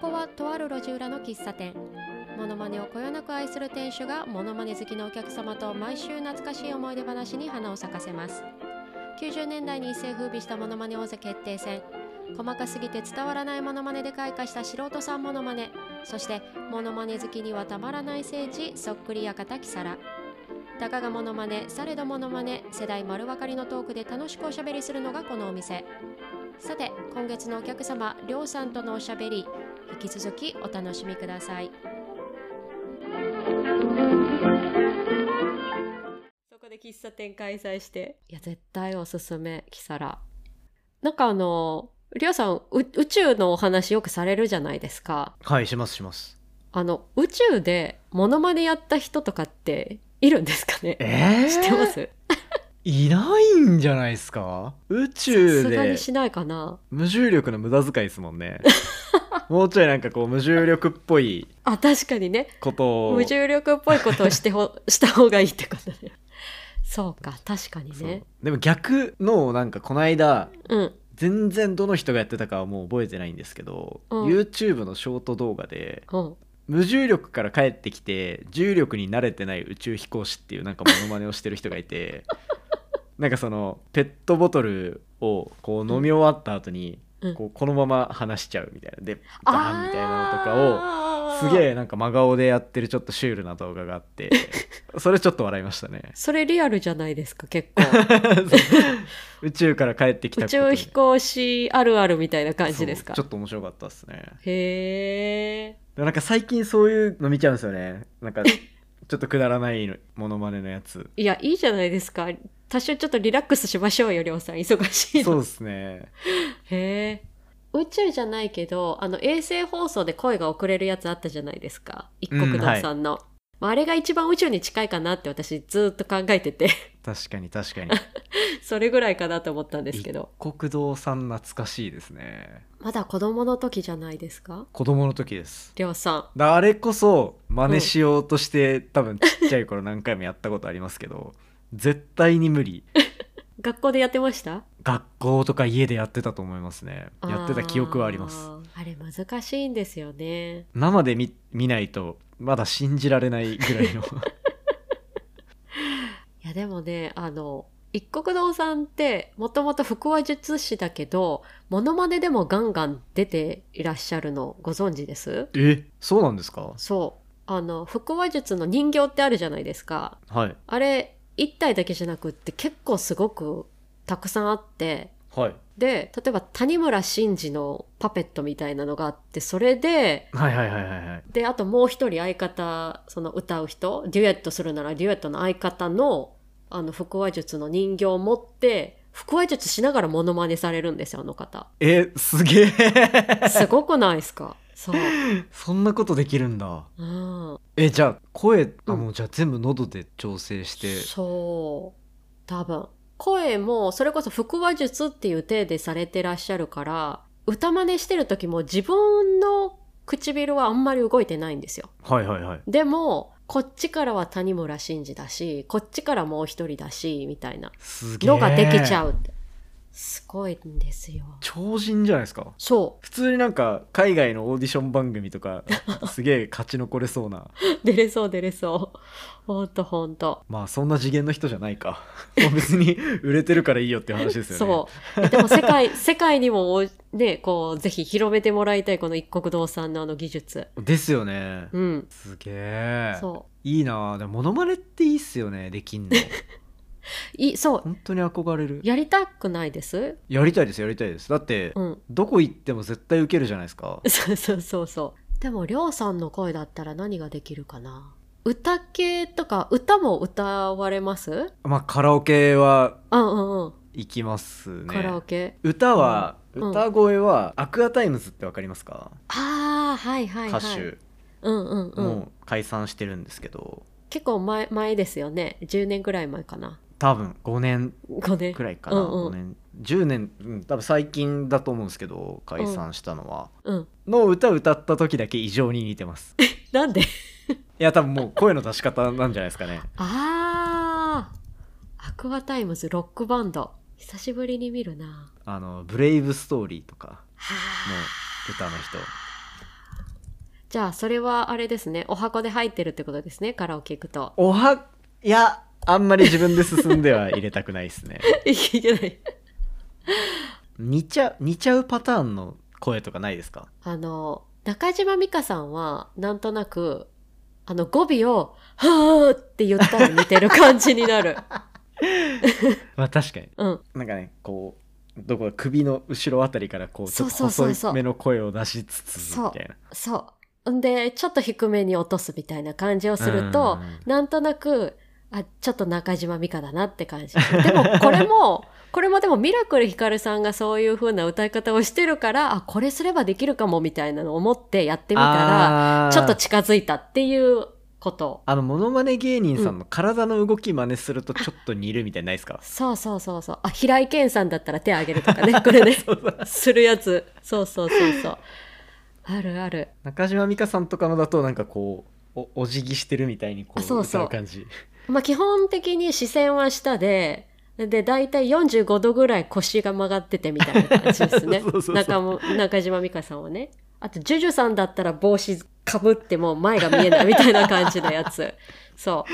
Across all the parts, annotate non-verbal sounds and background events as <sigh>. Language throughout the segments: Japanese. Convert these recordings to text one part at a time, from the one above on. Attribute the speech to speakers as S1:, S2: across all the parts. S1: 路地裏の喫茶店モノマネをこよなく愛する店主がモノマネ好きのお客様と毎週懐かしい思い出話に花を咲かせます90年代に一世風靡したモノマネ王座決定戦細かすぎて伝わらないモノマネで開花した素人さんモノマネそしてモノマネ好きにはたまらない聖地そっくり館キサラたかがモノマネされどモノマネ世代丸分かりのトークで楽しくおしゃべりするのがこのお店さて今月のお客様りょうさんとのおしゃべり引き続きお楽しみください
S2: そこで喫茶店開催して
S1: いや絶対おすすめキサラなんかあのりょうさんう宇宙のお話よくされるじゃないですか
S3: はいしますします
S1: あの宇宙でモノマネやった人とかっているんですかね
S3: えー、
S1: 知ってます
S3: いないんじゃないですか宇宙
S1: さすが
S3: で
S1: にしないかな
S3: 無重力の無駄遣いですもんね <laughs> もうちょいなんかこう無重力っぽい
S1: あ確かにね
S3: ことを
S1: 無重力っぽいことをしてほ <laughs> した方がいいってことねそうか確かに
S3: そう
S1: ね
S3: でも逆のをなんかこの間
S1: うん
S3: 全然どの人がやってたかはもう覚えてないんですけど、
S1: うん
S3: YouTube のショート動画で
S1: うん
S3: 無重力から帰ってきて重力に慣れてない宇宙飛行士っていうなんかモノマネをしてる人が
S1: <laughs>
S3: いてなんかそのペットボトルをこう飲み終わった後に、
S1: うん
S3: こうこのまま話しちゃうみたいなで
S1: あ
S3: バーンみたいなのとかをす
S1: え
S3: げえなんか真顔でやってるちょっとシュールな動画があって
S1: <laughs>
S3: それちょっと笑いましたね
S1: それリアルじゃないですか結
S3: <laughs>
S1: 構
S3: そう宇宙から帰ってきた
S1: 宇
S3: ことに
S1: 宙飛行士あるあるみたいな感じですか
S3: そうちょっと面白かったですね
S1: へえ
S3: でもなんか最近そういうの見ちゃうんですよねなん
S1: <laughs>
S3: かちょっとくだらないのモノマネのやつ
S1: いやいいじゃないですか多少ちょっとリラックスしましょうよりょうさん忙しいの
S3: そうですね
S1: へえ宇宙じゃないけどあの衛星放送で声が遅れるやつあったじゃないですか一国堂さんの、まああれが一番宇宙に近いかなって私ずっと考えてて <laughs>
S3: 確かに確かに
S1: それぐらいかなと思った <laughs> んですけど
S3: 一国堂さん懐かしいですね
S1: まだ子供の時じゃないですか
S3: 子供の時です
S1: りょうさん
S3: だあれこそ真似しようとして、多分ちっちゃい頃何回もやったことありますけど絶対に無理
S1: 学校でやってました
S3: 学校とか家でやってたと思いますねやってた記憶はあります
S1: あーあれ難しいんですよね
S3: 生で見見ないとまだ信じられないぐら
S1: <laughs>
S3: いの
S1: いやでもねあの一国堂さんってもともと腹話術師だけどモノマネでもガンガン出ていらっしゃるのご存知です
S3: えそうなんですか
S1: そうあの腹話術の人形ってあるじゃないですか
S3: はい
S1: あれ1体だけじゃなくって結構すごくたくさんあって
S3: はい
S1: で例えば谷村新司のパペットみたいなのがあってそれで
S3: はいはいはいはいはい
S1: であともう一人相方その歌う人デュエットするならデュエットの相方のあの腹話術の人形を持って腹話術しながらモノマネされるんですよあの方
S3: えすげえ
S1: すごくないですかそう、
S3: そんなことできるんだ
S1: うん、
S3: えじゃあ声あ
S1: うん
S3: もうじゃあ全部喉で調整して、
S1: そう多分声もそれこそ腹話術っていう体でされてらっしゃるから歌真似してる時も自分の唇はあんまり動いてないんですよ
S3: はいはいはい
S1: でもこっちからは谷村新司だしこっちからもう一人だしみたいな
S3: すげえ
S1: のができちゃ
S3: う
S1: うってすごいんですよ
S3: 超人じゃないですか
S1: そ
S3: 普通になんか海外のオーディション番組
S1: <laughs>
S3: とかすげえ勝ち残れそうな
S1: う <laughs> 出れそう出れそうほんとほんと
S3: まあそんな次元の人じゃないかもう
S1: <laughs>
S3: 別に売れてるからいいよっていう話ですよね
S1: そうえでも世界 <laughs> 世界にもおねこうぜひ広めてもらいたいこの一国堂さんのあの技術
S3: ですよね
S1: うん
S3: すげえ
S1: そ
S3: いいなあでもモノマネっていいっすよねできんの
S1: ういそう
S3: 本当に憧れる
S1: やりたくないです
S3: やりたいですやりたいですだって、
S1: うん <laughs>
S3: どこ行っても絶対ウケるじゃないですか
S1: そうそうそうそうでもりょうさんの声だったら何ができるかな歌系とか歌も歌われます
S3: まあカラオケは
S1: うんうんうん
S3: 行きますね
S1: カラオケ、
S3: 歌は、
S1: うん
S3: 歌声は、アクアタイムズってわかりますか、
S1: ああはいはいはい
S3: 歌手、
S1: うんうんうん
S3: もう解散してるんですけど
S1: 結構前前ですよね10年ぐらい前かな
S3: 多分5年
S1: 5年
S3: くらいか
S1: う
S3: な、
S1: んうん
S3: 5年10年、うん、多分最近だと思うんですけど解散したのは、
S1: うん
S3: の歌歌った時だけ異常に似てますい
S1: なんで
S3: や多分もう声の出し方なんじゃないですかね
S1: ああアクアタイムズロックバンド久しぶりに見るな
S3: あの「ブレイブストーリー」とか
S1: は
S3: の
S1: あ
S3: 歌の人
S1: じゃあそれはあれですねお箱で入ってるってことですねカラオケ行くと
S3: おはいやあんまり自分で進んでは入れたくないですね
S1: いけない
S3: 似ちゃ似ちゃうパターンの声とかないで
S1: <laughs>
S3: すか
S1: あの中島美嘉さんはなんとなくあの語尾を「はーって言ったら似てる感じになる
S3: まあ確かに
S1: うん
S3: なんかねこうどこか首の後ろあたりからこうちょっと
S1: そうそうそうそう
S3: 細めの声を出しつつみたいな
S1: そう。んで、ちょっと低めに落とすみたいな感じをすると
S3: うんうんうん、
S1: なんとなく、あ、ちょっと中島美嘉だなって感じ。でも、これ
S3: <laughs>
S1: も、これもでもミラクルひかるさんがそういう風な歌い方をしてるから、あ、これすればできるかもみたいなのを思ってやってみたら、
S3: あー
S1: ちょっと近づいたっていうこと。
S3: あのモノマネ芸人さんの体の動き真似するとちょっと似るみたいなのないですか、
S1: そうそうそうそう。あ、平井堅さんだったら手あげるとかね、こ
S3: <laughs>
S1: れね。するやつ。そうそうそうそう。あるある。
S3: 中島美嘉さんとかのだとなんかこうおお辞儀してるみたいにこう
S1: あそうそう
S3: 歌う感じ
S1: まあ、基本的に視線は下で、で、大体45度ぐらい腰が曲がっててみたいな感じですね
S3: <laughs> そうそうそう。
S1: 中も中島美香さんはね。あと、ジュジュさんだったら帽子かぶってもう前が見えないみたいな感じのや
S3: <laughs>
S1: つ。そう。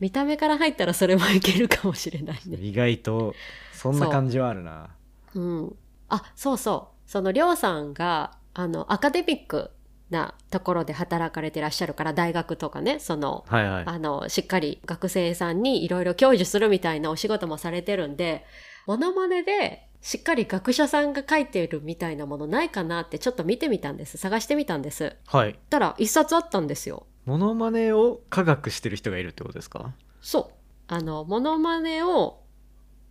S1: 見た目から入ったらそれもいけるかもしれないね。
S3: 意外とそんな感じはあるな
S1: うん。あ、そうそう。その、りょうさんが、あの、アカデミックなところで働かれてらっしゃるから、大学とかね、その、
S3: はいはい
S1: あの、しっかり学生さんにいろいろ教授するみたいなお仕事もされてるんで、モノマネでしっかり学者さんが書いているみたいなものないかなってちょっと見てみたんです。探してみたんです。
S3: はい
S1: たら一冊あったんですよ。
S3: モノマネを科学してる人がいるってことですか
S1: そう。あの、モノマネを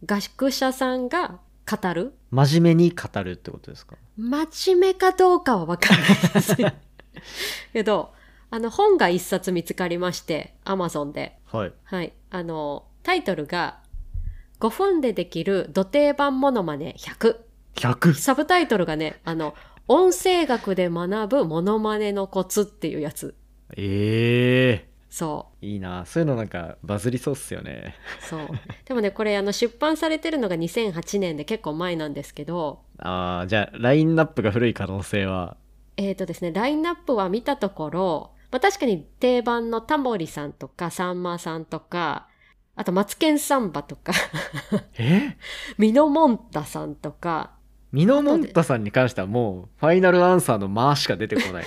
S1: 学者さんが語る。
S3: 真面目に語るってことですか
S1: 真面目かどうかはわかんないです。
S3: <laughs>
S1: けど、あの本が一冊見つかりまして、アマゾンで。
S3: はい
S1: はい。あの、タイトルが、5分でできる土定番モノマネ100。
S3: 100
S1: サブタイトルがね、あの、音声学で学ぶモノマネのコツっていうやつ。
S3: ええ
S1: そ
S3: いいなそういうのなんかバズりそうっすよね
S1: う、そう。でもね、これあの出版されてるのが2008年で結構前なんですけど、
S3: あーじゃあラインナップが古い可能性は
S1: えーとですね、ラインナップは見たところ、まあ、確かに定番のタモリさんとか、さんまさんとか、あと、マツケンサンバとか、 <laughs>
S3: え
S1: ミノモンタさんとか、
S3: ミノモンタさんに関してはもうファイナルアンサーの間しか出てこない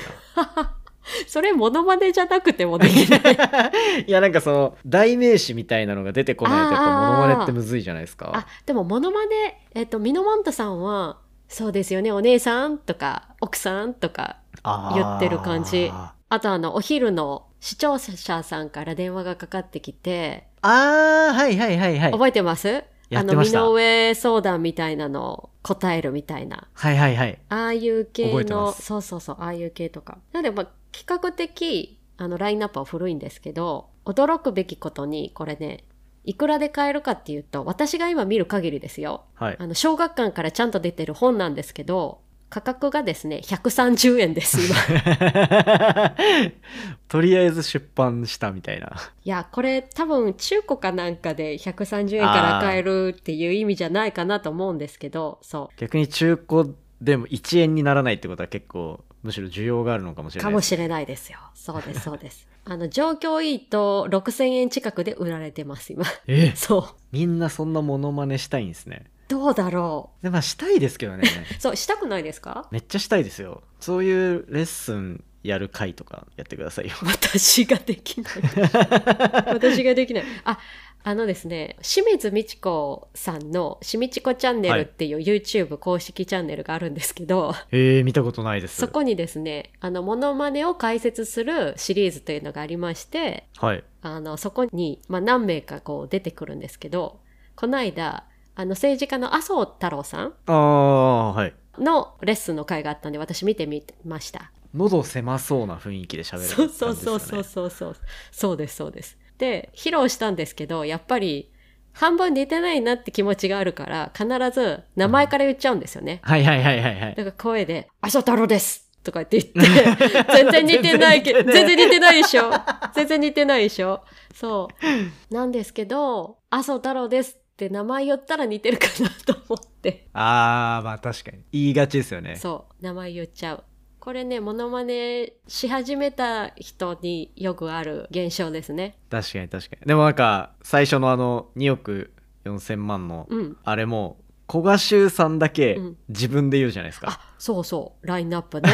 S1: それモノマネじゃなくてもできない。
S3: な <laughs> いやなんかその代名詞みたいなのが出てこないとやっぱ
S1: あー
S3: モノマネってむずいじゃないです
S1: <laughs> あ
S3: か、
S1: でもモノマネ、えっと、ミノモンタさんは、そうですよね、お姉さんとか、奥さんとか、
S3: あ
S1: 言ってる感じ
S3: あ
S1: あとあの、お昼の視聴者さんから電話がかかってきて、
S3: あーはいはいはいはい
S1: 覚えてます
S3: やってました
S1: あの、身の上相談みたいなのを答えるみたいな。
S3: はいはいはい
S1: ああいう系
S3: 覚えてま
S1: の、
S3: す
S1: そうそうそう、ああいう系とか。なので、まあ、比較的、あの、ラインナップは古いんですけど、驚くべきことに、これね、いくらで買えるかっていうと、私が今見る限りですよ。
S3: はい
S1: あの、小学館からちゃんと出てる本なんですけど、価格がですね、130円です、
S3: <laughs>
S1: 今。い
S3: <laughs> とりあえず出版したみたいな
S1: や、これ多分中古かなんかで130円から買えるっていう意味じゃないかなと思うんですけど、そ
S3: 逆に中古でも1円にならないってことは結構むしろ需要があるのかもし
S1: う、
S3: れ
S1: か
S3: ない
S1: も
S3: です
S1: しれないですよ。そうです、そうです。あの、状況いいと6000円近くで売られてます、今。
S3: え
S1: そう。
S3: みんなそんなモノマネしたいんですね
S1: どうだろ
S3: でまあしたいですけどね
S1: う。そう、したくないですか
S3: めっちゃしたいですよそういうレッスンやる回とかやってくださいよ
S1: 私ができ <laughs> ない。私ができない。あ、あのですね、清水美智子さんのしみちこチャンネルっていう YouTube 公式チャンネルがあるんですけど、
S3: えー、見たことないです
S1: そこにですね、あの、モノマネを解説するシリーズというのがありまして、
S3: はい
S1: あの、そこに、まあ、何名かこう出てくるんですけど、この間、あの、政治家の麻生太郎さん
S3: ああはい
S1: のレッスンの会があったんで、私見てみました。
S3: 喉狭そうな雰囲気で喋る
S1: そ
S3: 感
S1: う
S3: じですか
S1: そう
S3: ね
S1: そうそうそうそうそうですそうですで披露したんですけどやっぱり半分似てないなって気持ちがあるから必ず名前から言っちゃうんですよね、
S3: はいはいはいはいはい
S1: だから声で「あさ太郎です」とか言って言って <laughs> 全然似てないけど全
S3: <laughs> 全
S1: 然似てないでしょ全然似てないでしょそうなんですけど「あさ太郎です」って名前言ったら似てるかなと思って
S3: あーまあ確かに言いがちですよね
S1: そう名前言っちゃう
S2: こ
S1: こ
S2: れねモノマネし始めた人によくある現象ですね
S3: 確かに確かにでもなんか最初のあの2億4000万の
S2: うん
S3: あれも古賀修さんだけ
S2: うん
S3: 自分で言うじゃないですか、
S2: あそうそうラインナップ
S3: <laughs>
S2: ね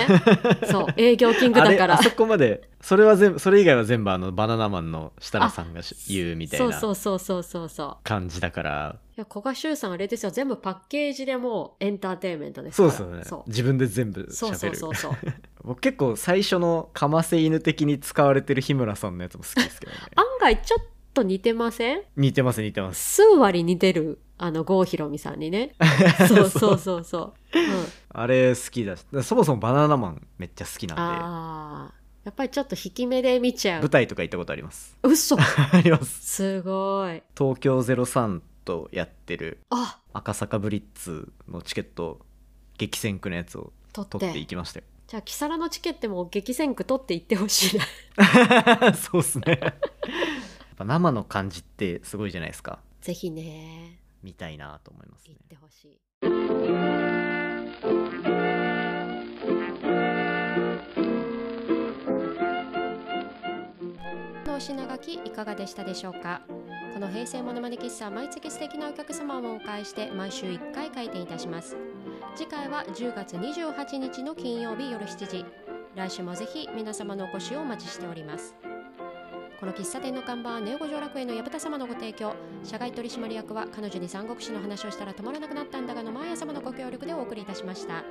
S2: そう営業キング
S3: あれ
S2: だから
S3: あそこまでそれは全部それ以外は全部あのバナナマンの設楽さんがし言うみたいな
S2: そうそうそうそうそうそう
S3: 感じだから
S2: いや古賀修さんあれですよ全部パッケージでもうエンターテインメントです
S3: そ
S2: か
S3: う
S2: ら
S3: ですよね
S2: そう
S3: 自分で全部
S2: そ
S3: 喋
S2: う
S3: る
S2: そうそうそう
S3: 僕結構最初のかませ犬的に使われてる日村さんのやつも好きですけどね
S2: 案外ちょっと似てません
S3: 似てます似てます
S2: 数割似てるあの郷ひろみさんに
S3: <laughs>
S2: ねそうそうそうそう、うん、
S3: あれ好きだしそもそもバナナマンめっちゃ好きなん
S2: ああやっぱりちょっと引き目で見ち
S3: で
S2: ゃ
S3: 舞
S2: う
S3: 台とか行ったことあります <laughs>
S2: 嘘
S3: あります
S2: すごい
S3: 東京03とやってる
S2: あ
S3: 赤坂ブリッツのチケット激戦区のやつを
S2: 取って
S3: 取っていきましたよ
S2: じゃあキサラのチケットも激戦区取っていってほしいな
S3: <laughs> そうっすねやっぱ生の感じってすごいじゃないですか
S2: ぜひね
S3: 見たいなと思いますね
S2: 行ってほしい
S1: のお品書きいかがでしたでしょうかこの平成ものまね喫茶は毎月素敵なお客様をお迎えして毎週1回開店いたします次回は10月28日の金曜日夜7時来週もぜひ皆様のお越しをお待ちしておりますこの喫茶店の看板はネオ五条楽園の矢田様のご提供社外取締役は彼女に三国志の話をしたら止まらなくなったんだがの毎朝様のご協力でお送りいたしました